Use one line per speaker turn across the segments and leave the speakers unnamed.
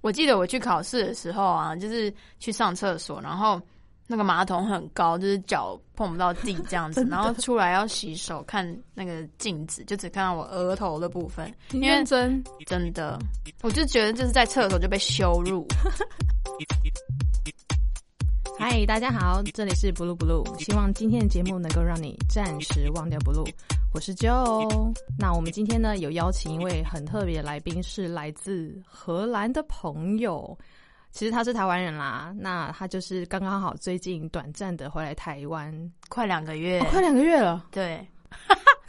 我记得我去考试的时候啊，就是去上厕所，然后那个马桶很高，就是脚碰不到地这样子，
真的
然后出来要洗手，看那个镜子，就只看到我额头的部分，
挺
因为
认真。
真的，我就觉得就是在厕所就被羞辱。
嗨，大家好，这里是 Blue Blue，希望今天的节目能够让你暂时忘掉 Blue。我是 Joe，那我们今天呢有邀请一位很特别的来宾，是来自荷兰的朋友。其实他是台湾人啦，那他就是刚刚好最近短暂的回来台湾，
快两个月，
哦快两个月了，
对，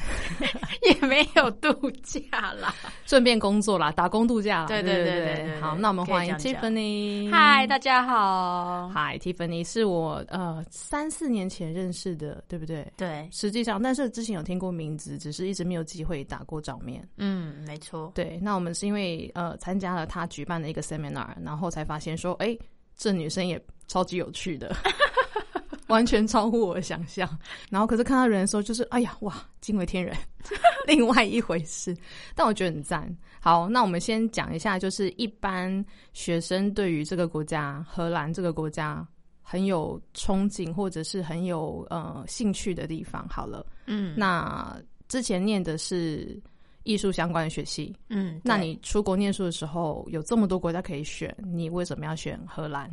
也没有度假啦。
顺便工作啦，打工度假啦。
对
对
对对对
对
对对
好，那我们
可以
欢迎
这样讲
Tiffany。
嗨，大家好。
嗨，Tiffany 是我呃三四年前认识的，对不对？
对，
实际上，但是之前有听过名字，只是一直没有机会打过照面。
嗯，没错，
对，那我们是因为呃参加了他举办的一个 seminar，然后才发现说，哎、这女生也超级有趣的，完全超乎我的想象。然后可是看到人的时候，就是哎呀哇，惊为天人，另外一回事。但我觉得很赞。好，那我们先讲一下，就是一般学生对于这个国家，荷兰这个国家。很有憧憬，或者是很有呃兴趣的地方。好了，
嗯
那之前念的是艺术相关的学系，
嗯，
那
对
你出国念书的时候，有这么多国家可以选，你为什么要选荷兰？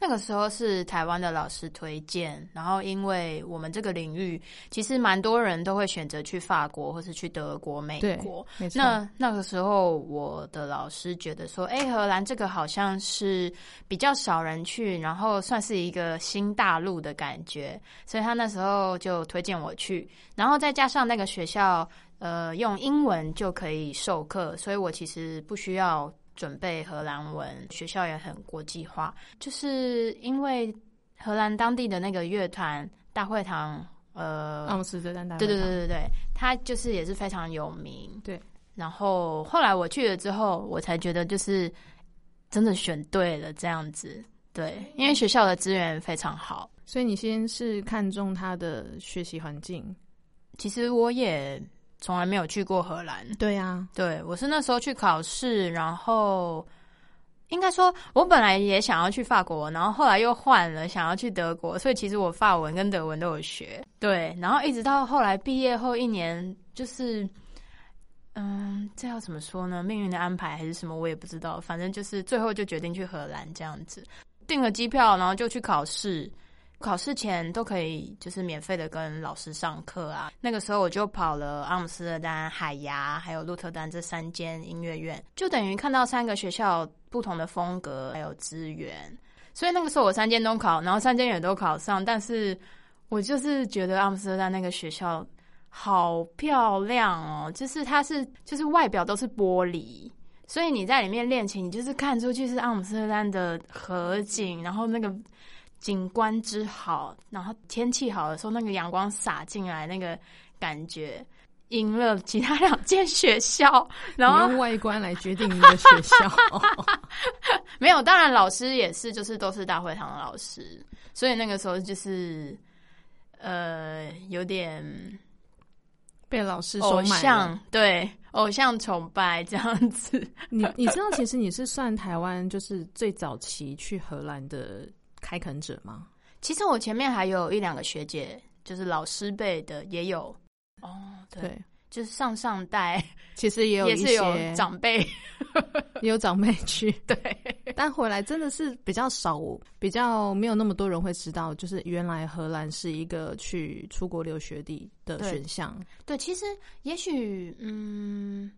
那个时候是台湾的老师推荐，然后因为我们这个领域其实蛮多人都会选择去法国或是去德国、美
对
国。
没错，
那那个时候，我的老师觉得说，哎、荷兰这个好像是比较少人去，然后算是一个新大陆的感觉，所以他那时候就推荐我去。然后再加上那个学校，呃，用英文就可以授课，所以我其实不需要准备荷兰文，学校也很国际化。就是因为荷兰当地的那个乐团大会堂，呃，
阿姆斯特丹大
对
会
对
堂
对对对，他就是也是非常有名。
对，
然后后来我去了之后，我才觉得就是真的选对了这样子。对，因为学校的资源非常好。
所以你先是看中他的学习环境，
其实我也从来没有去过荷兰，
对啊，
对我是那时候去考试，然后应该说，我本来也想要去法国，然后后来又换了想要去德国，所以其实我法文跟德文都有学。对，然后一直到后来毕业后一年，就是嗯，这要怎么说呢？命运的安排还是什么，我也不知道。反正就是最后就决定去荷兰这样子，订了机票，然后就去考试。考试前都可以，就是免费的跟老师上课啊。那个时候我就跑了阿姆斯特丹、海牙还有鹿特丹这三间音乐院，就等于看到三个学校不同的风格还有资源。所以那个时候我三间都考，然后三间也都考上，但是我就是觉得阿姆斯特丹那个学校好漂亮哦，就是它是就是外表都是玻璃。所以你在里面练琴，你就是看出去是阿姆斯特丹的河景，然后那个景观之好，然后天气好的时候，那个阳光洒进来，那个感觉赢了其他两间学校。然
你
后
用外观来决定你的学 校，
没有，当然老师也是，就是都是大会堂的老师，所以那个时候就是呃有点
被老师收
偶
买了
像，对偶像崇拜这样子。
你你知道，其实你是算台湾就是最早期去荷兰的开垦者吗？
其实我前面还有一两个学姐，就是老师辈的也有哦，对，
对，
就是上上代
其实也 有
也
一
是
些
有长辈，
也有长辈去，
对，
但回来真的是比较少，比较没有那么多人会知道，就是原来荷兰是一个去出国留学地的
对
选项。
对，其实也许，嗯，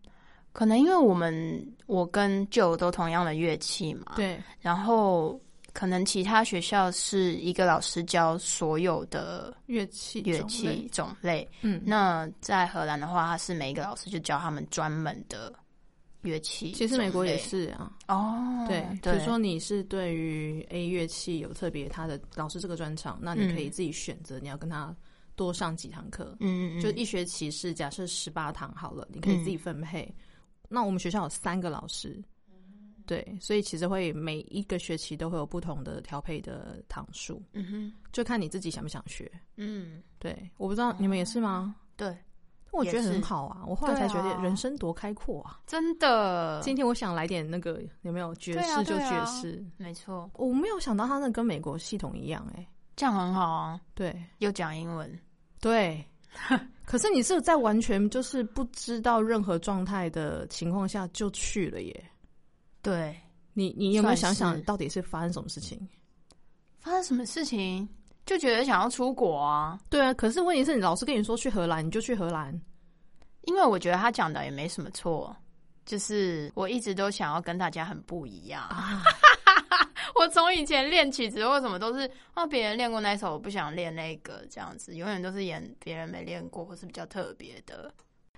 可能因为我们我跟舅都同样的乐器嘛，，
对，
然后可能其他学校是一个老师教所有的
乐器
乐
种
器
类，
种类，
嗯，
那在荷兰的话，他是每一个老师就教他们专门的乐器种类，
其实美国也是啊，
哦，
对，比
对，
如说你是对于 A 乐器有特别他的老师这个专长，那你
嗯
可以自己选择你要跟他多上几堂课，
嗯，嗯嗯，嗯
就一学期是假设十八堂好了，你可以自己分配。那我们学校有三个老师，
嗯
对，所以其实会每一个学期都会有不同的调配的堂数，
嗯哼，
就看你自己想不想学。
嗯，
对，我不知道你们也是吗？
啊对，
我觉得
也是
很好啊。我后来才觉
对
得
啊
人生多开阔啊！
真的，嗯
今天我想来点那个有没有爵
对啊
士就
对
爵
啊
士，
没错，
我没有想到他那跟美国系统一样哎、
这样很好啊，
对
又讲英文，
对。 可是你是在完全就是不知道任何状态的情况下就去了耶？
对，
你你有没有想
算是
想到底是发生什么事情？
发生什么事情就觉得想要出国啊，
对啊，可是问题是你老师跟你说去荷兰，你就去荷兰。
因为我觉得他讲的也没什么错，就是我一直都想要跟大家很不一样。
啊
我从以前练曲子或什么都是，哦，别人练过那一首，我不想练那个，这样子，永远都是演别人没练过或是比较特别的。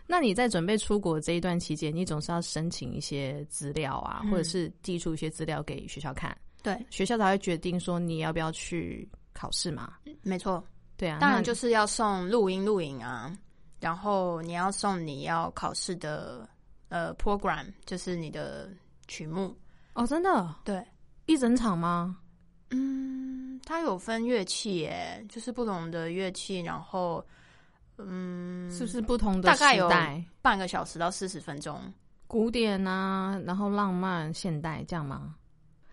那你在准备出国这一段期间，你总是要申请一些资料啊，
嗯
或者是寄出一些资料给学校看，
对，
学校才会决定说你要不要去考试嘛。
没错，
对啊，
当然
那
就是要送录音录影啊，然后你要送你要考试的呃 program，就是你的曲目。
哦，真的
对，
一整场吗？
嗯，它有分乐器耶，就是不同的乐器，然后嗯，
是不是不同的
大
时
概有
代？
半个小时到四十分钟。
古典啊，然后浪漫、现代这样吗？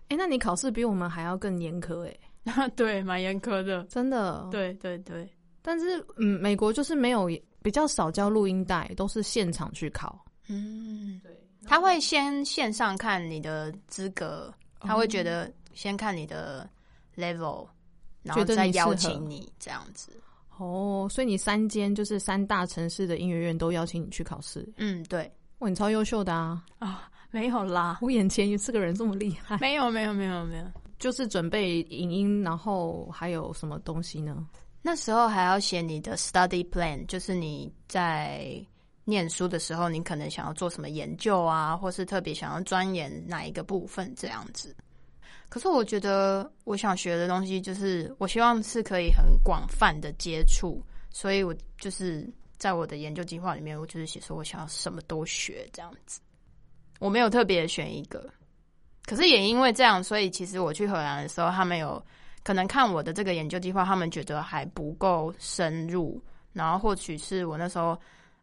哎、那你考试比我们还要更严苛哎、
对，蛮严苛的。
真的。，
对对对，
但是嗯，美国就是没有比较少教录音带，都是现场去考。
嗯，
对，
他会先线上看你的资格，他会觉得先看你的 level，然后
觉得
再
你适合
邀请你这样子。
哦，所以你三间就是三大城市的音乐院都邀请你去考试，
嗯，对
哇，你超优秀的啊！
啊、没有啦，
我眼前有这个人这么厉害，
没有没有没有没有。
就是准备影音，然后还有什么东西呢？
那时候还要写你的 study plan，就是你在念书的时候，你可能想要做什么研究啊，或是特别想要钻研哪一个部分这样子。可是我觉得我想学的东西，就是我希望是可以很广泛的接触，所以我就是在我的研究计划里面，我就是写说我想要什么都学这样子。我没有特别选一个，可是也因为这样，所以其实我去荷兰的时候，他们有可能看我的这个研究计划，他们觉得还不够深入，然后或许是我那时候，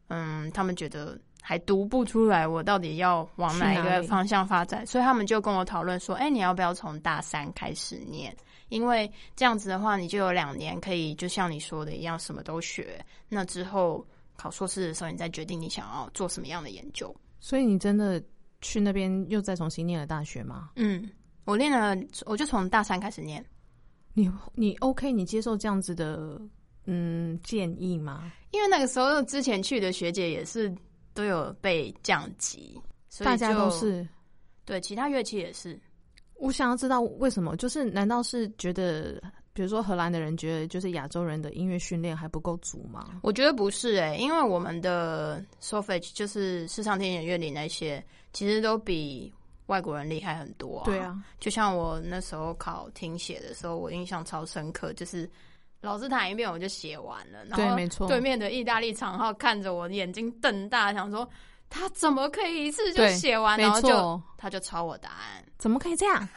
嗯，他们觉得还读不出来我到底要往哪一
去哪
个
里
方向发展，所以他们就跟我讨论说，哎、你要不要从大三开始念？因为这样子的话，你就有两年可以，就像你说的一样，什么都学。那之后考硕士的时候，你再决定你想要做什么样的研究。
所以你真的去那边又再重新念了大学吗？
嗯，我练了，我就从大三开始念，
你你 OK？你接受这样子的嗯建议吗？
因为那个时候之前去的学姐也是都有被降级，所以
大家
就
都是。
对，其他乐器也是。
我想要知道为什么？就是难道是觉得，比如说荷兰的人觉得，就是亚洲人的音乐训练还不够足吗？
我觉得不是诶、因为我们的 s o f a g e 就是视唱、听演、乐理那些，其实都比外国人厉害很多、啊。
对，啊，
就像我那时候考听写的时候，我印象超深刻，就是老师弹一遍我就写完了，然
对，
后
没错，
对面的意大利长号看着我眼睛瞪大，想说他怎么可以一次就
对
写完，
没
然后就
错，
他就抄我答案，
怎么可以这 样？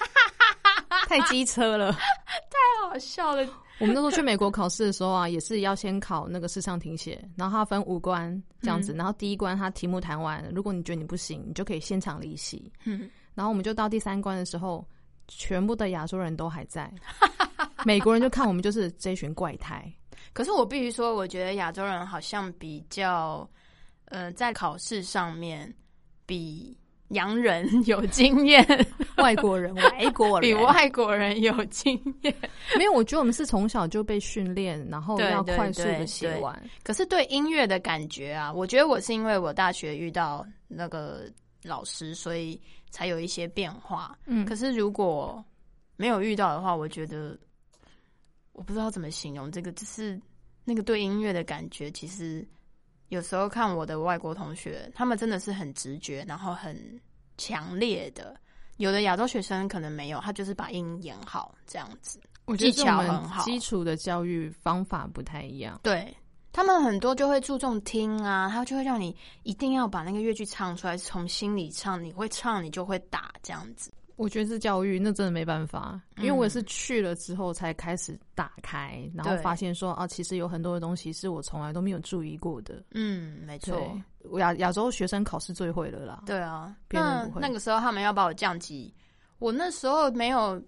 太机车了！
太好笑了。
我们那时候去美国考试的时候啊，也是要先考那个视唱听写，然后它分五关这样子，
嗯
然后第一关它题目弹完，如果你觉得你不行，你就可以现场离席。
嗯，
然后我们就到第三关的时候，全部的亚洲人都还 在，美国人就看我们就是这一群怪 胎。
可是我必须说，我觉得亚洲人好像比较呃，在考试上面比洋人 有经验，
外国人，外国人，
比外国人有经验。
没有，我觉得我们是从小就被训练，然后
对
要
对
快速
对
的写
对
完。
可是对音乐的感觉啊，我觉得我是因为我大学遇到那个老师，所以才有一些变化。
嗯
可是如果没有遇到的话，我觉得我不知道怎么形容这个，就是那个对音乐的感觉。其实有时候看我的外国同学，他们真的是很直觉，然后很强烈的。有的亚洲学生可能没有，他就是把音演好这样子。
我觉得
技
是我
巧
们
很好
基础的教育方法不太一样。
对他们很多就会注重听啊，他就会让你一定要把那个乐句唱出来，从心里唱，你会唱你就会打这样子。
我觉得是教育，那真的没办法，因为我也是去了之后才开始打开，然后
对
发现说啊，其实有很多的东西是我从来都没有注意过的。
嗯，没错，
对，我亚亚洲学生考试最会了啦。
对啊，
别人
那
不会
那个时候他们要把我降级，我那时候没有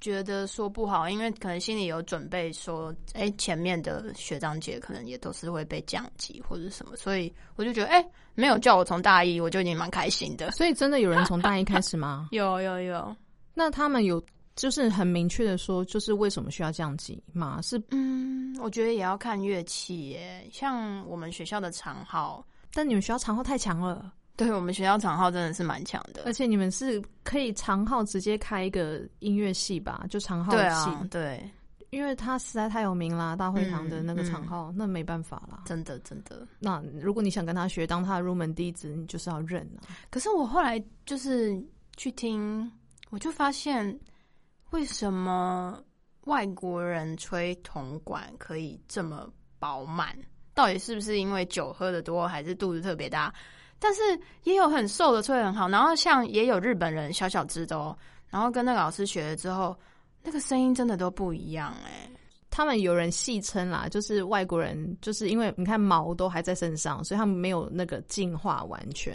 觉得说不好，因为可能心里有准备说，哎、前面的学长姐可能也都是会被降级或者什么，所以我就觉得，哎、没有叫我从大一，我就已经蛮开心的。？
所以真的有人从大一开始吗
有有有，
那他们有就是很明确的说，就是为什么需要降级吗？是，
嗯，我觉得也要看乐器耶，像我们学校的长号，
但你们学校长号太强了，
对我们学校长号真的是蛮强的
而。且你们是可以长号直接开一个音乐系吧，就长号
对
系，
啊，对，
因为他实在太有名啦，大会堂的那个
嗯
长号，那没办法啦。
真的真的。
那如果你想跟他学，当他的入门弟子，你就是要认啊。
可是我后来就是去听，我就发现为什么外国人吹铜管可以这么饱满，到底是不是因为酒喝的多，还是肚子特别大？但是也有很瘦的吹得很好，然后像也有日本人小小只的哦，然后跟那个老师学了之后，那个声音真的都不一样哎、
他们有人戏称啦，就是外国人，就是因为你看毛都还在身上，所以他们没有那个进化完 全。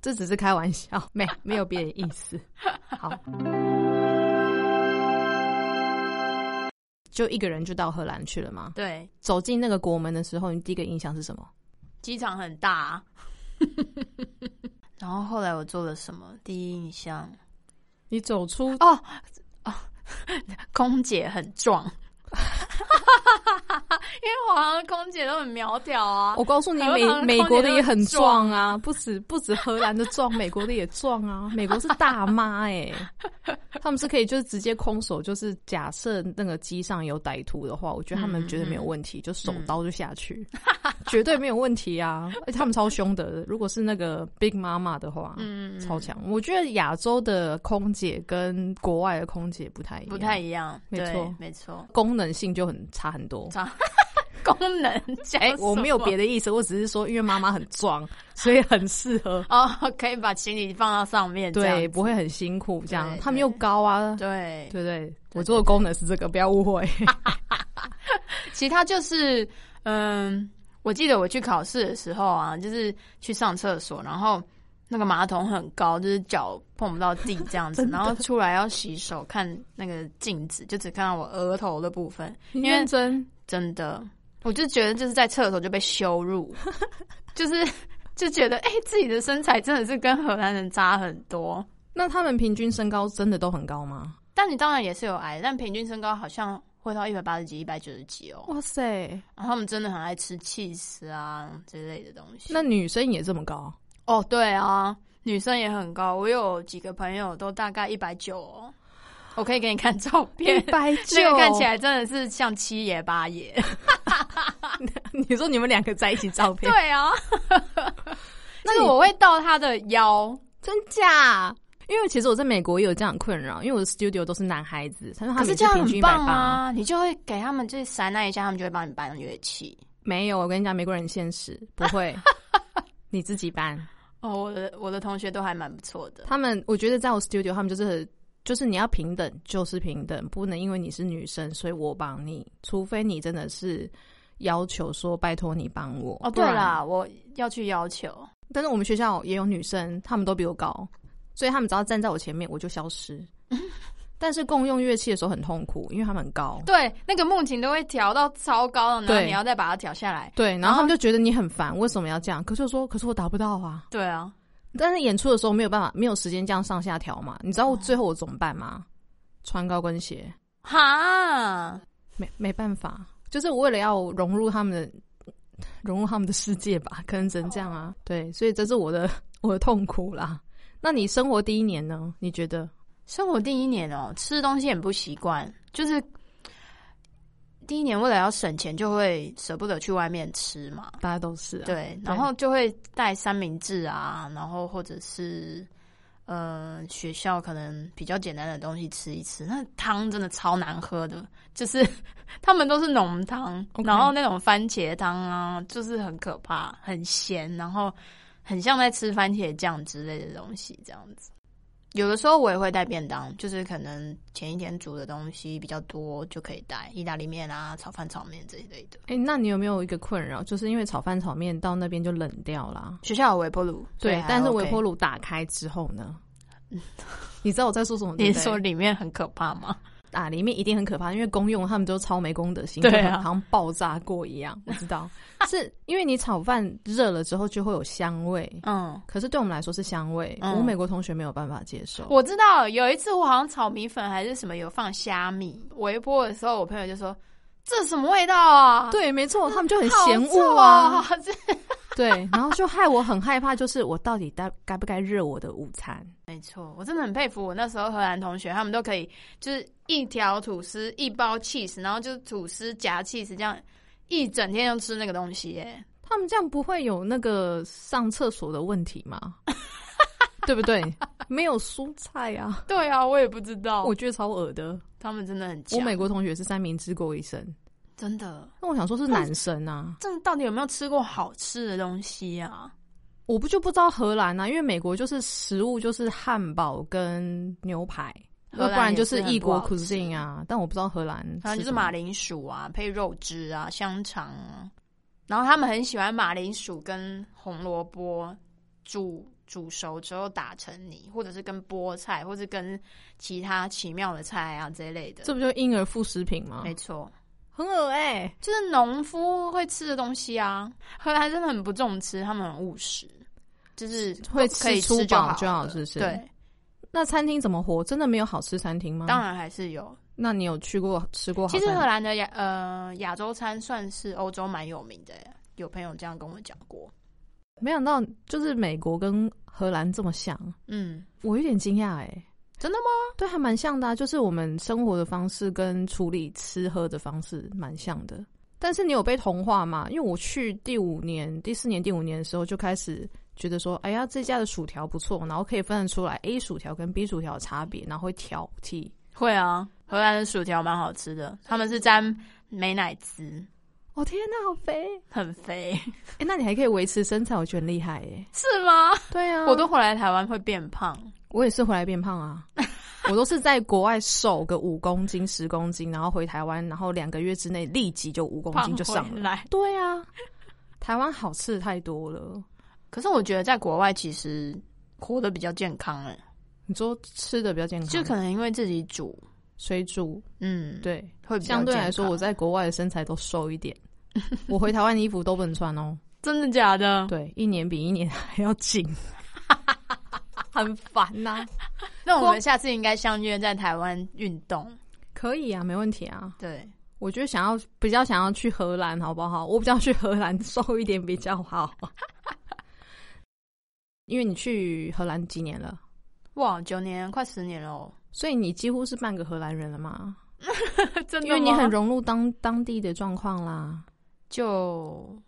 这只是开玩笑， 没没有别的意思。好，就一个人就到荷兰去了吗？
对，
走进那个国门的时候，你第一个印象是什么？
机场很大、 然后后来我做了什么？第一印象
你走出
哦哦，空姐很壮， 因为我好像空姐都很苗条啊。
我告诉你，
荷
美
兰的
美
空
国
姐
的
都
也
很
很
壮
壮啊，不止不止荷兰的壮，美国的也 壮啊。美国是大妈哎、他们是可以就是直接空手，就是假设那个机上有歹徒的话，我觉得他们绝对没有问
嗯
题，就手刀就下去，绝对没有问题 啊。而且他们超凶的，如果是那个 Big 妈妈的话，
嗯，
超强。我觉得亚洲的空姐跟国外的空姐不太一样，
不太一样，
啊没
对
错
没错。
功能性就很差很多。
功能讲
哎、
什么，
我没有别的意思，我只是说，因为妈妈很壮，所以很适合
哦，可以把行李放到上面， 这
对，
样
不会很辛苦这样
对。
他们又高啊，
对。
对不对？我做的功能是这个，不要误会。
其他就是，嗯，我记得我去考试的时候啊，就是去上厕所，然后那个马桶很高， 就是脚碰不到地这样 子，然后出来要洗手，看那个镜子，就只看到我额头的部分，
你
因为
认真，
真的，我就觉得就是在厕所就被羞辱，就是就觉得哎、自己的身材真的是跟荷兰人差很多。
那他们平均身高真的都很高吗？
但你当然也是有矮，但平均身高好像会到一百八十几、一百九十几哦。
哇塞，
然后他们真的很爱吃 cheese 啊之类的东西。
那女生也这么 高？
哦，对啊，女生也很高，我有几个朋友都大概一百九哦。我可以给你看照片，
百
这个看起，来真的是像七爷八 爷。
你说你们两个在一起照片，
对 啊，
那
那个
你
我会到他的腰。
真假？因为其实我在美国也有这样的困扰，因为我的 studio 都是男孩子，他们他
可
们
是
也
这样
平均
很
一百
棒
八。
啊！你就会给他们就是塞那一下，他们就会帮你搬乐器。
没有，我跟你讲，美国人很现实，不 会，你自己搬。
哦，我的我的同学都还蛮不错的。
他们，我觉得在我 studio，他们就是就是你要平等，就是平等，不能因为你是女生，所以我帮你，除非你真的是要求说拜托你帮我。
哦，
不
对
然，
啦，我要去要求。
但是我们学校也有女生，她们都比我高，所以她们只要站在我前面，我就消 失。但是共用乐器的时候很痛苦，因为她们很高。
对，那个木琴都会调到超高的，然后
对
你要再把它调下来。
对，然后他们就觉得你很烦，为什么要这样？可是我说，可是我达不到啊。
对啊，
但是演出的时候没有办法，没有时间这样上下调嘛。你知道
啊
我最后我怎么办吗？穿高跟鞋。
哈，
没没办法，就是为了要融入他们的 融入他们的世界吧， 可能只能这样啊。对，所以这是我的 我的痛苦啦。那你生活第一年呢？你觉得？
生活第一年哦，吃东西很不习惯，就是第一年为了要省钱，就会舍不得去外面吃嘛。
大家都是、啊，
对，然后就会带三明治啊，然后或者是呃学校可能比较简单的东西吃一吃。那汤真的超难喝的，就是 他们都是浓汤
OK
然后那种番茄汤啊，就是很可怕，很咸，然后很像在吃番茄酱之类的东西这样子。有的时候我也会带便当，就是可能前一天煮的东西比较多，就可以带意大利面啊、炒饭、炒面这一类的。
哎、那你有没有一个困扰，就是因为炒饭炒面到那边就冷掉啦？
学校有微波炉，所以
对，
还
但是
啊 OK
微波炉打开之后 呢？你知道我在说什么？对
你
不对
说里面很可怕吗？
啊，里面一定很可怕，因为公用他们都超没公德心，
对啊
就好像爆炸过一样。我知道， 是因为你炒饭热了之后就会有香味，
嗯，
可是对我们来说是香味，
嗯
我美国同学没有办法接受。
我知道有一次我好像炒米粉还是什么有放虾米，微波的时候我朋友就说：“这什么味道啊？”，
对，没错，他们就很
好
嫌
臭
恶啊，，
这
对，然后就害我很害怕，就是我到底该该不该热我的午餐？
没错，我真的很佩服我那时候荷兰同学，他们都可以就是一条吐司一包 cheese，然后就是吐司夹 cheese 这样一整天就吃那个东西耶。
他们这样不会有那个上厕所的问题 吗？对不对？没有蔬菜啊，
对啊，我也不知道，
我觉得超恶的。
他们真的很
我
强，
美国同学是三明治过一生，
真的，
那我想说是男生啊。
这到底有没有吃过好吃的东西啊？
我不就不知道荷兰啊，因为美国就是食物就是汉堡跟牛排，要
荷兰
不然就
也是很
异国
不好吃
cuisine 啊。但我不知道荷兰吃什么，
反正就是马铃薯啊，配肉汁啊，香肠啊，然后他们很喜欢马铃薯跟红萝卜煮煮熟之后打成泥，或者是跟菠菜，或者跟其他奇妙的菜啊这一类的。
这不就婴儿副食品吗
没？错，
很恶哎、
就是农夫会吃的东西啊。荷兰真的很不重吃，他们很务实，就是
会
可以
吃出
就
饱
好
就好
了
是不是
对，
那餐厅怎么活？真的没有好吃餐厅吗？
当，然还是有。
那你有去过吃嗯过好
其
餐
实
厅？
荷兰的亚呃亚洲餐算是欧洲蛮有名的耶，有朋友这样跟我讲过。
没想到就是美国跟荷兰这么像，
嗯，
我有点惊讶哎。
真的吗？
对，还蛮像的、啊，就是我们生活的方式跟处理吃喝的方式蛮像的。但是你有被同化吗？因为我去第五年、第四年、第五年的时候就开始觉得说，哎呀，这家的薯条不错，然后可以分得出来 A 薯条跟 B 薯条的差别，然后会挑剔。
会啊，荷兰的薯条蛮好吃的，他们是沾美乃滋，
我、哦天哪，好肥！
很肥，
哎、那你还可以维持身材，我觉得很厉害欸耶。
是吗？
对 啊，
我都回来台湾会变胖，
我也是回来变 胖啊，我都是在国外瘦个五公斤、十公斤，然后回台湾，然后两个月之内立即就五公斤
胖
就上
回
了。
来。
对啊，台湾好吃的太多了。
可是我觉得在国外其实活得比较健康哎，
你说吃的比较健康，
就可能因为自己煮，
水煮，
嗯，，
对，
会比较
相对来
健
说
康
我在国外的身材都瘦 一点，我回台湾的衣服都不能穿哦，
真的假的？
对，一年比一年还 要紧，很烦啊呐、
那我们下次应该相约在台湾运动。
可以啊，没问题啊，
对，
我觉得想要比较想要去荷兰，好不好？我比较去荷兰瘦一点比较好， 因为你去荷兰几年了，
哇，九年快十年了哦，
所以你几乎是半个荷兰人了嘛。
真
因为你很融入当当地的状况啦。
就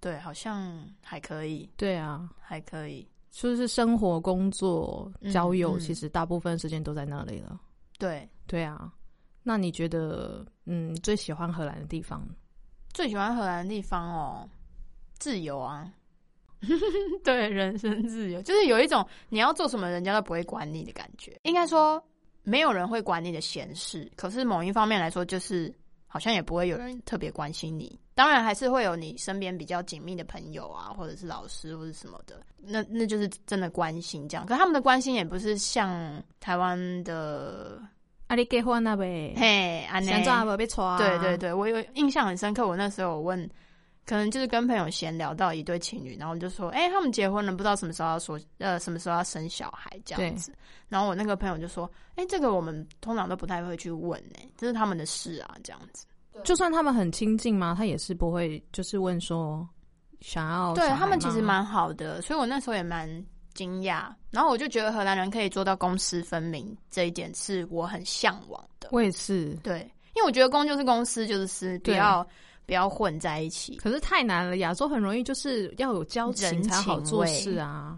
对，好像还可以，
对啊，
还可以。
就是生活、工作
嗯、
交友，
嗯
其实大部分时间都在那里了。
对，
对啊，那你觉得，嗯，最喜欢荷兰的地方？
最喜欢荷兰的地方哦，自由啊， 对，人生自由，就是有一种你要做什么，人家都不会管你的感觉。应该说，没有人会管你的闲事，可是某一方面来说，就是好像也不会有人特别关心你。当然，还是会有你身边比较紧密的朋友啊，或者是老师或者什么的，那那就是真的关心这样。可他们的关心也不是像台湾的
啊，你结婚了呗？
嘿，安
想找阿伯被娶啊？
对对，对，我有印象很深刻。我那时候我问，可能就是跟朋友闲聊到一对情侣，然后我就说，哎、他们结婚了，不知道什么时候要说，呃，什么时候要生小孩这样子。然后我那个朋友就说，哎、这个我们通常都不太会去问、哎，这是他们的事啊，这样子。
就算他们很亲近嘛，他也是不会就是问说想要
对
哦小孩
他们其实
吗
蛮好的，所以我那时候也蛮惊讶。然后我就觉得荷兰人可以做到公私分明这一点，是我很向往的。
我也是，
对，因为我觉得公就是公私就是私，不
对
要不要混在一起。
可是太难了，亚洲很容易就是要有交情
人
才好
情
做
味
事 啊。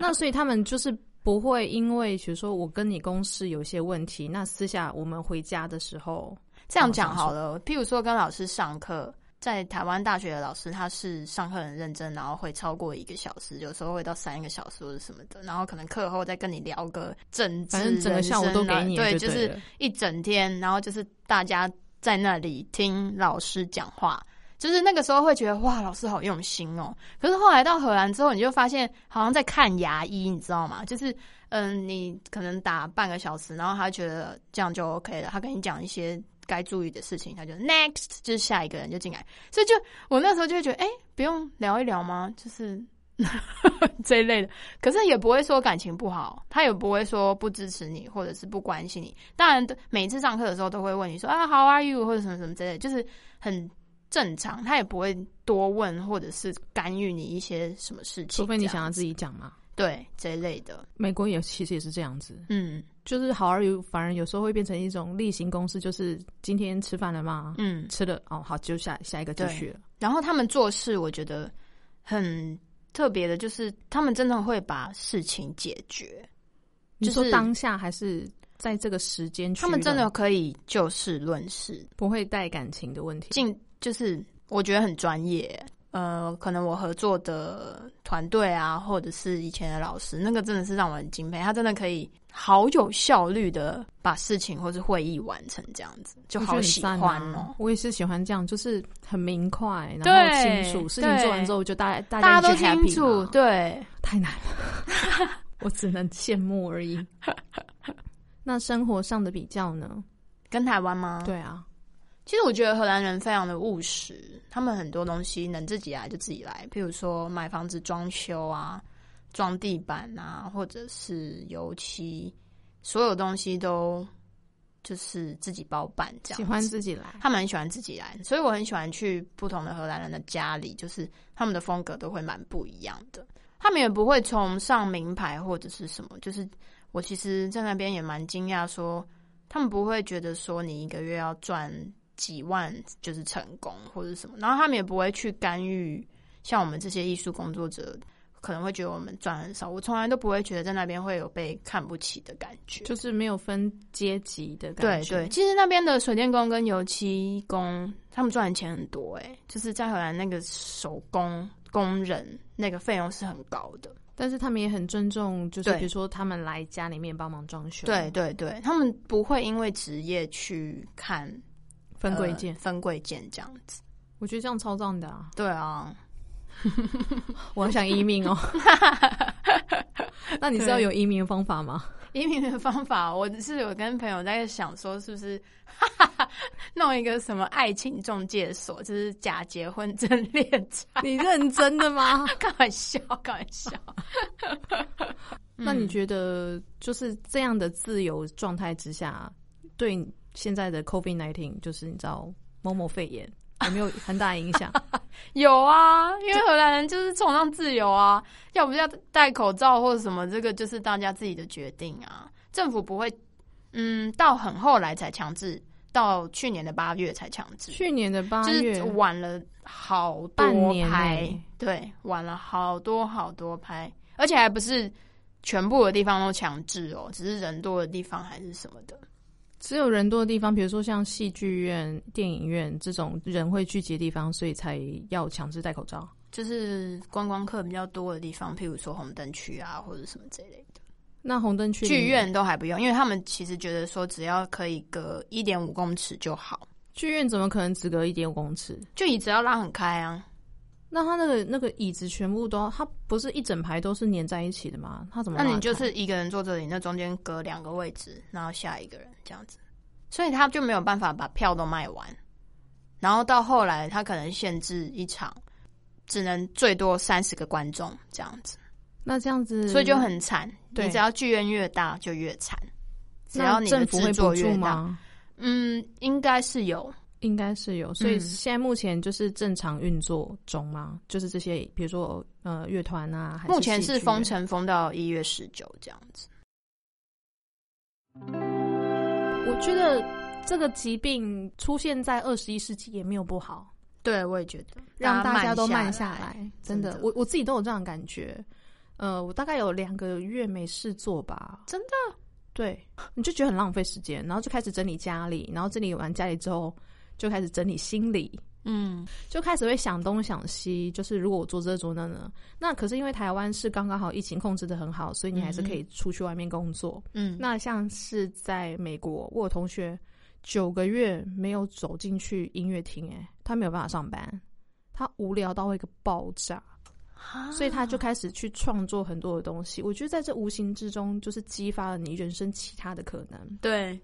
那所以他们就是不会因为，比如说我跟你公事有一些问题，那私下我们回家的时候，哦
这样讲好了，譬如说跟老师上课，在台湾大学的老师，他是上课很认真，然后会超过一个小时，有时候会到三个小时或者什么的，然后可能课后再跟你聊个政治、
反正整个下午都给
人生
你
啊对，
就
就是
了
一整天，然后就是大家在那里听老师讲话，就是那个时候会觉得哇，老师好用心哦。可是后来到荷兰之后，你就发现好像在看牙医，你知道吗？就是嗯，你可能打半个小时，然后他觉得这样就 OK 了，他跟你讲一些该注意的事情，他就 next 就是下一个人就进来，所以就我那时候就会觉得，哎、不用聊一聊吗？就是 这一类的，可是也不会说感情不好，他也不会说不支持你或者是不关心你。当然，每一次上课的时候都会问你说啊，How are you 或者什么什么之类的，就是很正常，他也不会多问或者是干预你一些什么事情，
除非你
这样
想要自己讲嘛。
对这一类的，
美国也其实也是这样子，
嗯
就是好而有，反而有时候会变成一种例行公事，就是今天吃饭了吗？
嗯。
吃了哦，好，就下下一个继续了。
然后他们做事，我觉得很特别的，就是他们真的会把事情解决，
你
就
说
是
当下还是在这个时间区
他
了，
们真的可以就事论事，
不会带感情的问题。
进就是我觉得很专业。呃，可能我合作的团队啊，或者是以前的老师，那个真的是让我很敬佩，他真的可以好有效率的把事情或是会议完成，这样子就
我觉得
好
很
喜
赞
欢
啊
哦。
我也是喜欢这样，就是很明快，然后
对
清楚事情做完
对
之后，就大家大
大家
家
都
一起 happy
清楚，
嘛
对，
太难了， 我只能羡慕而已。那生活上的比较呢？
跟台湾吗？
对啊，
其实我觉得荷兰人非常的务实，他们很多东西能自己来就自己来，譬如说买房子装修啊、装地板啊，或者是油漆，所有东西都就是自己包办这样。
喜欢自己来。
他们很喜欢自己来，所以我很喜欢去不同的荷兰人的家里，就是他们的风格都会蛮不一样的。他们也不会崇尚名牌或者是什么，就是我其实，在那边也蛮惊讶，说他们不会觉得说你一个月要赚几万就是成功或者什么，然后他们也不会去干预，像我们这些艺术工作者可能会觉得我们赚很少，我从来都不会觉得在那边会有被看不起的感觉。
就是没有分阶级的感
对
觉。
对，，其实那边的水电工跟油漆工，他们赚的钱很多哎、就是在荷兰那个手工工人那个费用是很高的。
但是他们也很尊重，就是
对
比如说他们来家里面帮忙装修，
对，对对，他们不会因为职业去看
分贵
件、
贱，
分贵件这样子。
我觉得这样超赞的啊！
对啊，
我好想移 民哦。那你知道有移民的方 法吗？
移民的方法，我只是有跟朋友在想说，是不是 弄一个什么爱情中介所，就是假结婚真恋情，
你认真的吗？
开玩笑，开玩笑。
那你
嗯
觉得就是这样的自由状态之下，对你现在的 COVID nineteen，就是你知道某某肺炎有没有很大影 响？
有啊，因为荷兰人就是崇尚自由啊，要不要戴口罩或者什么，这个就是大家自己的决定啊。政府不会，嗯，到很后来才强制，到去年的八月才强制，
去年的八
就
月
是，晚了好
半
多
年
拍
欸，
对，晚了好多好多拍，而且还不是全部的地方都强制哦，只是人多的地方还是什么的。
只有人多的地方，比如说像戏剧院、电影院这种人会聚集的地方，所以才要强制戴口罩。
就是观光客比较多的地方，譬如说红灯区啊，或者什么这一类的。
那红灯区里
剧院都还不用，因为他们其实觉得说只要可以隔一点五公尺就好，
剧院怎么可能只隔一点五公尺？
就椅子要拉很开啊。
那他那个那个椅子全部都，它不是一整排都是粘在一起的吗？他怎么
那
拉开？
你就是一个人坐这里，那中间隔两个位置，然后下一个人这样子，所以他就没有办法把票都卖完。然后到后来，他可能限制一场只能最多三十个观众这样子，
那这样子，
所以就很惨。
嗯对
你只要剧院越大就越惨，只
那
要你的
政府会
制作
补助
越大，
吗？
嗯，应该是有，
应该是有，所以
嗯
现在目前就是正常运作中吗？就是这些，比如说呃乐团啊，还
目前
戏
是
剧
封
院。
城封到一月十九这样子。
我觉得这个疾病出现在二十一世纪也没有不好。
对，我也觉得
让大家都慢下
来。
来。真的
真的，
我我自己都有这样的感觉。呃，我大概有两个月没事做吧，
真
的。对，你就觉得很浪费时间，然后就开始整理家里，然后整理完家里之后，就开始整理心理，
嗯
就开始会想东想西，就是如果我做这做那呢，那可是因为台湾是刚刚好疫情控制的很好，所以你还是可以出去外面工作。
嗯，
那像是在美国，我有同学九个月没有走进去音乐厅，哎，他没有办法上班，他无聊到一个爆炸，
啊
所以他就开始去创作很多的东西。我觉得在这无形之中，就是激发了你人生其他的可能，
对，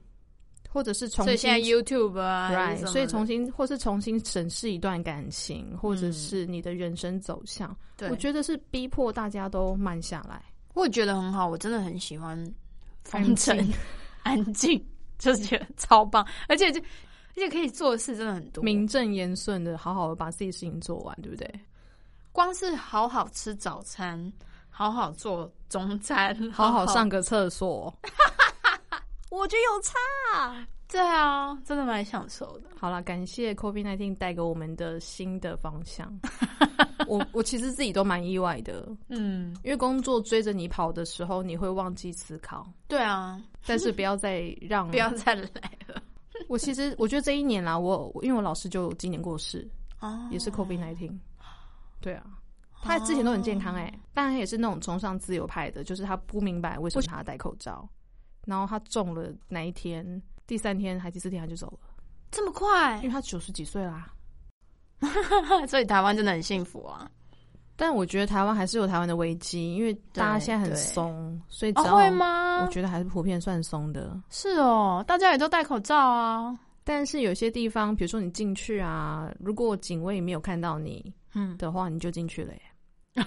或者是重
所以
新
现在 YouTube 啊还
Right，
是什么的，
所以重新或是重新审视一段感情，或者
嗯
是你的人生走向，
对
我觉得是逼迫大家都慢下来，
我也觉得很好，我真的很喜欢
安
风
静嗯
筝， 安静，就是觉得超棒，而且就而且可以做的事真的很多。
名正言顺的好好的把自己事情做完，对不对？
光是好好吃早餐，好好做中餐，
好
好
好上，个厕所，我觉得有差。
对啊，真的蛮享受的。
好了，感谢 COVID 1 9带给我们的新的 方向。我我其实自己都蛮意外的，
嗯，
因为工作追着你跑的时候，你会忘记思考，
对啊，
但是不要再 让
不要再来了。
我其实我觉得这一年啦，我因为我老师就今年过世，
哦
也是 COVID nineteen。对啊，他之前都很健
哦
康哎、但他也是那种崇尚自由派的，就是他不明白为什么他戴口罩，然后他中了那一天，第三天还第四天他就走了，
这么
因
快
为，他九十几岁啦。
所以台湾真的很幸福啊！
但我觉得台湾还是有台湾的危机，因为大家
对
现在很
对
松，所以只
哦，
要、
会
我
吗？
觉得还是普遍算松的。
是哦，大家也都戴口罩啊。
但是有些地方，比如说你进去啊，如果警卫没有看到你，
嗯，
的话，你就进去了耶。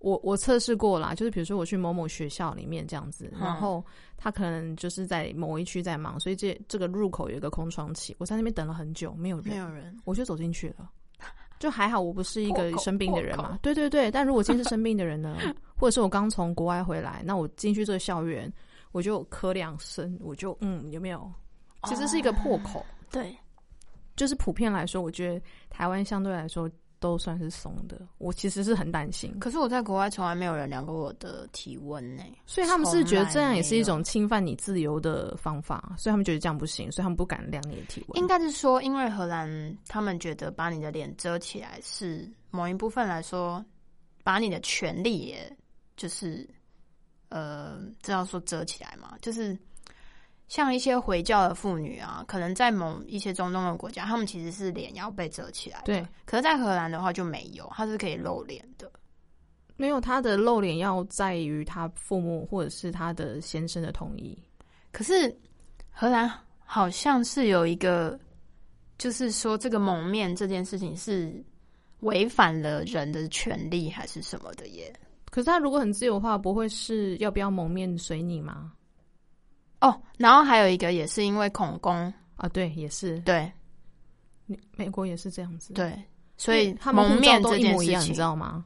我我测试过啦，就是比如说我去某某学校里面这样子，
嗯
然后他可能就是在某一区在忙，所以这这个入口有一个空窗期，我在那边等了很久，没有人，
人，
我就走进去了。就还好，我不是一
破
个
口
生病的人
破
嘛
口。
对对对，但如果今天是生病的人呢， 或者是我刚从国外回来，那我进去这个校园，我就咳两声，我就嗯，有没有？其实是
哦
一个破口，
对，
就是普遍来说，我觉得台湾相对来说都算是松的。我其实是很担心，
可是我在国外从来没有人量过我的体温呢、
所以他们是觉得这样也是一种侵犯你自由的方法，所以他们觉得这样不行，所以他们不敢量你的体温。
应该是说，因为荷兰他们觉得把你的脸遮起来是某一部分来说，把你的权利也就是呃，这要说遮起来嘛，就是像一些回教的妇女啊，可能在某一些中东的国家，他们其实是脸要被遮起来的，
对，
可是，在荷兰的话就没有，它是可以露脸的。
没有他的露脸要在于他父母或者是他的先生的同意。
可是荷兰好像是有一个，就是说这个蒙面这件事情是违反了人的权利还是什么的耶？
可是他如果很自由的话，不会是要不要蒙面随你吗？
哦，然后还有一个也是因为恐攻，
啊，对，也是，
对
你美国也是这样子。
对，所以
他们
蒙
护照
面
都
这
一
件
模一
事
样，你
情
知道吗？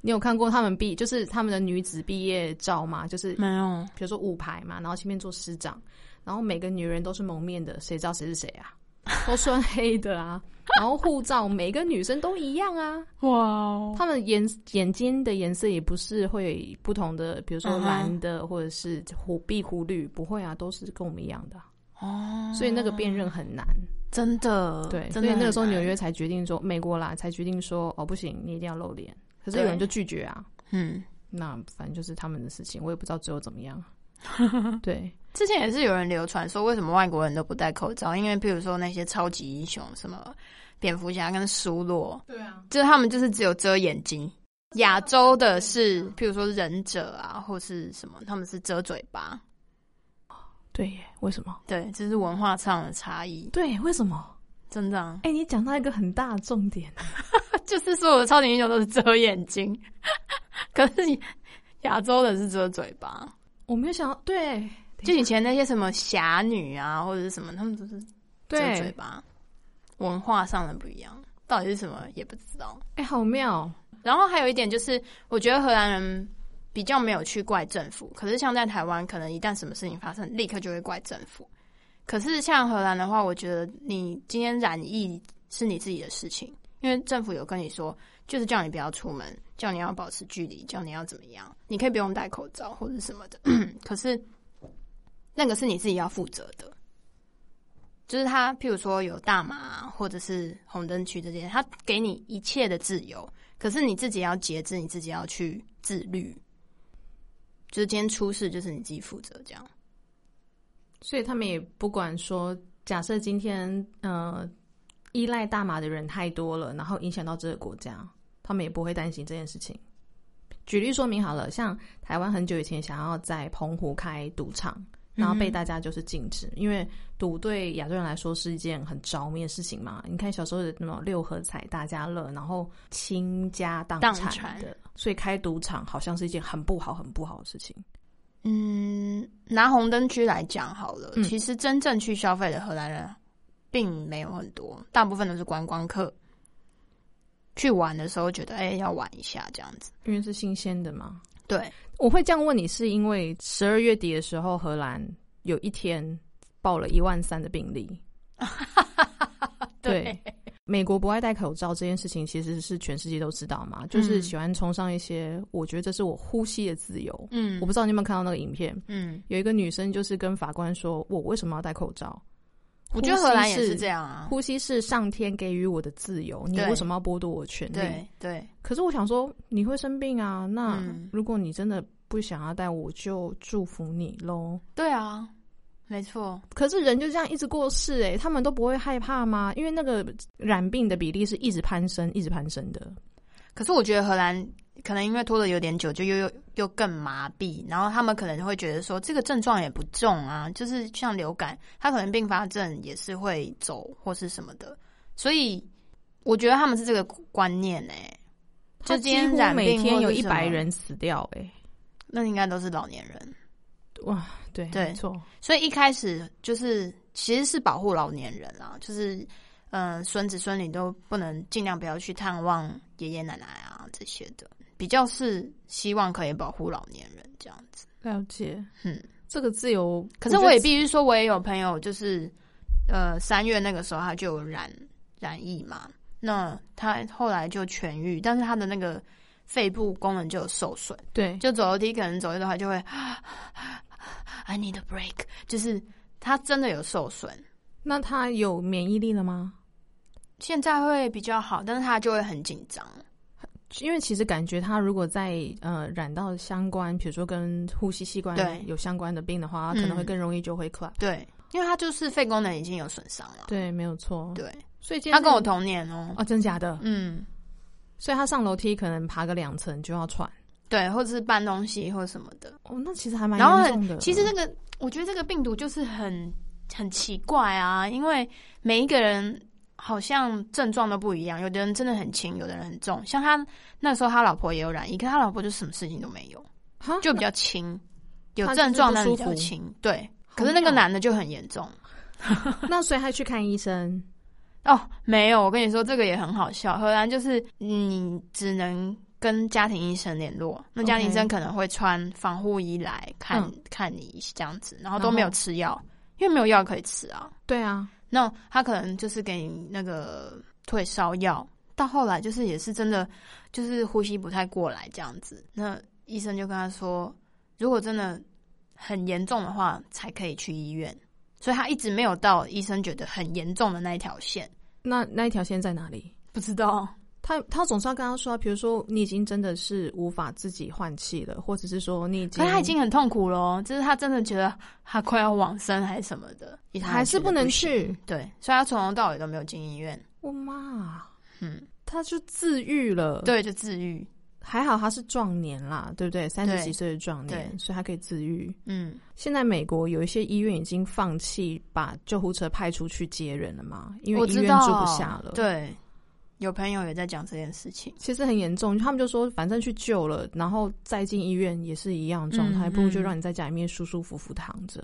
你有看过他们毕就是他们的女子毕业照吗？就是
没有？
比如说五排嘛，然后前面坐师长，然后每个女人都是蒙面的，谁知道谁是谁啊？ 都穿黑的啊，然后护照每个女生都一样啊，
哇、哦，
她们眼眼睛的颜色也不是会有不同的，比如说
嗯哼
蓝的、或者是虎碧湖绿，不会啊，都是跟我们一样的啊、
哦，
所以那个辨认很难。
真的
对，所
真
以
的
那个时候
很
纽
难
约才决定说，美国啦才决定说，哦不行，你一定要露脸。可是
对
有人就拒绝啊，
嗯，
那反正就是他们的事情，我也不知道最后怎么 样。对，
之前也是有人流传说，为什么外国人都不戴口罩？因为譬如说那些超级英雄，什么蝙蝠侠跟苏洛，
对啊，
就是他们就是只有遮眼睛。亚洲的是，
啊
譬如说忍者啊，或是什么，他们是遮嘴巴。
对耶，为什么？
对，这是文化上的差异，
对，为什么？
真的、 啊。
哎、你讲到一个很大的重点，
就是所有的超级英雄都是遮眼睛， 可是亚洲的是遮嘴巴。
我没有想到，对，
就以前那些什么侠女啊，或者是什么，他们都是遮嘴
对，
巴。文化上的不一样，到底是什么也不知道。
哎、好妙，
然后还有一点就是，我觉得荷兰人比较没有去怪政府，可是像在台湾，可能一旦什么事情发生，立刻就会怪政府。可是像荷兰的话，我觉得你今天染疫是你自己的事情，因为政府有跟你说，就是叫你不要出门，叫你要保持距离，叫你要怎么样，你可以不用戴口罩 或者什么的。可是那个是你自己要负责的。就是他，譬如说有大麻啊或者是红灯区这些，他给你一切的自由，可是你自己要节制，你自己要去自律。就是今天出事，就是你自己负责这样。
所以他们也不管说，假设今天呃依赖大麻的人太多了，然后影响到这个国家，他们也不会担心这件事情。举例说明好了，像台湾很久以前想要在澎湖开赌场，然后
嗯
被大家就是禁止，因为赌对亚洲人来说是一件很着迷的事情嘛。你看小时候的那种六合彩、大家乐，然后倾家荡
荡
产
产
的，所以开赌场好像是一件很不好、很不好的事情。
嗯，拿红灯区来讲好了，
嗯
其实真正去消费的荷兰人并没有很多，大部分都是观光客。去玩的时候觉得，哎、要玩一下这样子。
因为是新鲜的嘛。
对，
我会这样问你，是因为十二月底的时候，荷兰有一天报了一万三的病 例。对，美国不爱戴口罩这件事情，其实是全世界都知道嘛，
嗯
就是喜欢崇尚一些，我觉得这是我呼吸的自由。
嗯，
我不知道你有没有看到那个影片，
嗯，
有一个女生就是跟法官说：“我为什么要戴口罩？
我觉得荷兰也
呼吸
是
是
这样啊。
呼吸是上天给予我的自由，你
对
为什么要剥夺我权利？”
对对，
可是我想说，你会生病啊，那
嗯
如果你真的不想要带，我就祝福你喽。
对啊，没错。
可是人就这样一直过世、欸，他们都不会害怕吗？因为那个染病的比例是一直攀升，一直攀升的。
可是我觉得荷兰可能因为拖的有点久，就又又又更麻痹，然后他们可能会觉得说这个症状也不重啊，就是像流感，它可能并发症也是会走或是什么的，所以我觉得他们是这个观念哎、
他
就今
几
天
乎
染
每
病
天
或
有
是
一
什
百
么
人死掉、欸，
那应该都是老年人，
哇，对，
对
没错，
所以一开始就是其实是保护老年人啦，就是。嗯，孙子孙女都不能尽量不要去探望爷爷奶奶啊这些的，比较是希望可以保护老年人这样子。
了解。
嗯，
这个自由，
可是我也
觉得
必须说，我也有朋友，就是呃三月那个时候他就有染染疫嘛，那他后来就痊愈，但是他的那个肺部功能就有受损，
对，
就走楼梯可能走一走，他就会啊 I need a break，就是他真的有受损。
那他有免疫力了吗？
现在会比较好，但是他就会很紧张。
因为其实感觉他如果在呃染到相关，比如说跟呼吸器官
对
有相关的病的话，他可能会
嗯
更容易就会 c l a p
对，因为他就是肺功能已经有损伤了。
对，没有错。
对，
所以今天
他跟我
同
同年哦、
哦，真假的？
嗯，
所以他上楼梯可能爬个两层就要喘。
对，或者是搬东西或什么的。
哦，那其实还蛮
然后
严
很
重的。
其实这个，我觉得这个病毒就是很很奇怪啊，因为每一个人好像症状都不一样，有的人真的很轻，有的人很重。像他那时候，他老婆也有染疫，可他老婆就什么事情都没有，
哈
就比较轻，有
他就是
症状但
不
比
舒服
较轻。对，
好
可是那个
妙
男的就很严重。
那所以他去看医生。
哦，没有，我跟你说这个也很好笑。荷兰就是你只能跟家庭医生联络，那家庭医
OK
生可能会穿防护衣来看、
嗯
看你这样子，然后
然
都
后
没有吃药，因为没有药可以吃啊。
对啊，
那他可能就是给你那个退烧药，到后来就是也是真的就是呼吸不太过来这样子。那医生就跟他说，如果真的很严重的话，才可以去医院。所以他一直没有到医生觉得很严重的那一条线，
那那一条线在哪里？
不知道。
他他总是要跟他说啊，比如说你已经真的是无法自己换气了，或者是说你已经
可是他已经很痛苦咯，就是他真的觉得他快要往生还是什么的，
还是不
不
能
行。
去。
对，所以他从头到尾都没有进医院。
我妈，
嗯，
他就自愈了。
对，就治愈。
还好他是壮年啦，对不对？三十
对
几岁的壮年，
对
所以他可以自愈。
嗯，
现在美国有一些医院已经放弃把救护车派出去接人了嘛，因
我
为医
知
院
道
住不下了。，
对，有朋友也在讲这件事情。
其实很严重，他们就说反正去救了，然后再进医院也是一样的状态，
嗯
不如就
嗯
让你在家里面舒舒服服躺着。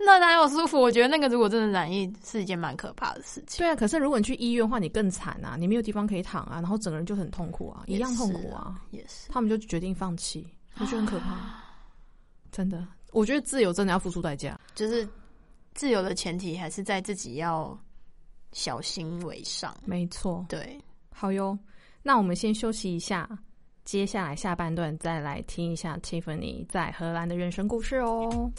那哪有舒服？我觉得那个如果真的染疫是一件蛮可怕的事情。
对啊，可是如果你去医院的话，你更惨啊，你没有地方可以躺啊，然后整个人就很痛苦啊，一样痛苦啊。
也是，
他们就决定放弃，我觉得很可怕，真的。我觉得自由真的要付出代价。
就是自由的前提还是在自己要小心为上。
没错，
对，
好哟，那我们先休息一下，接下来下半段再来听一下 Tiffany 在荷兰的人生故事哦。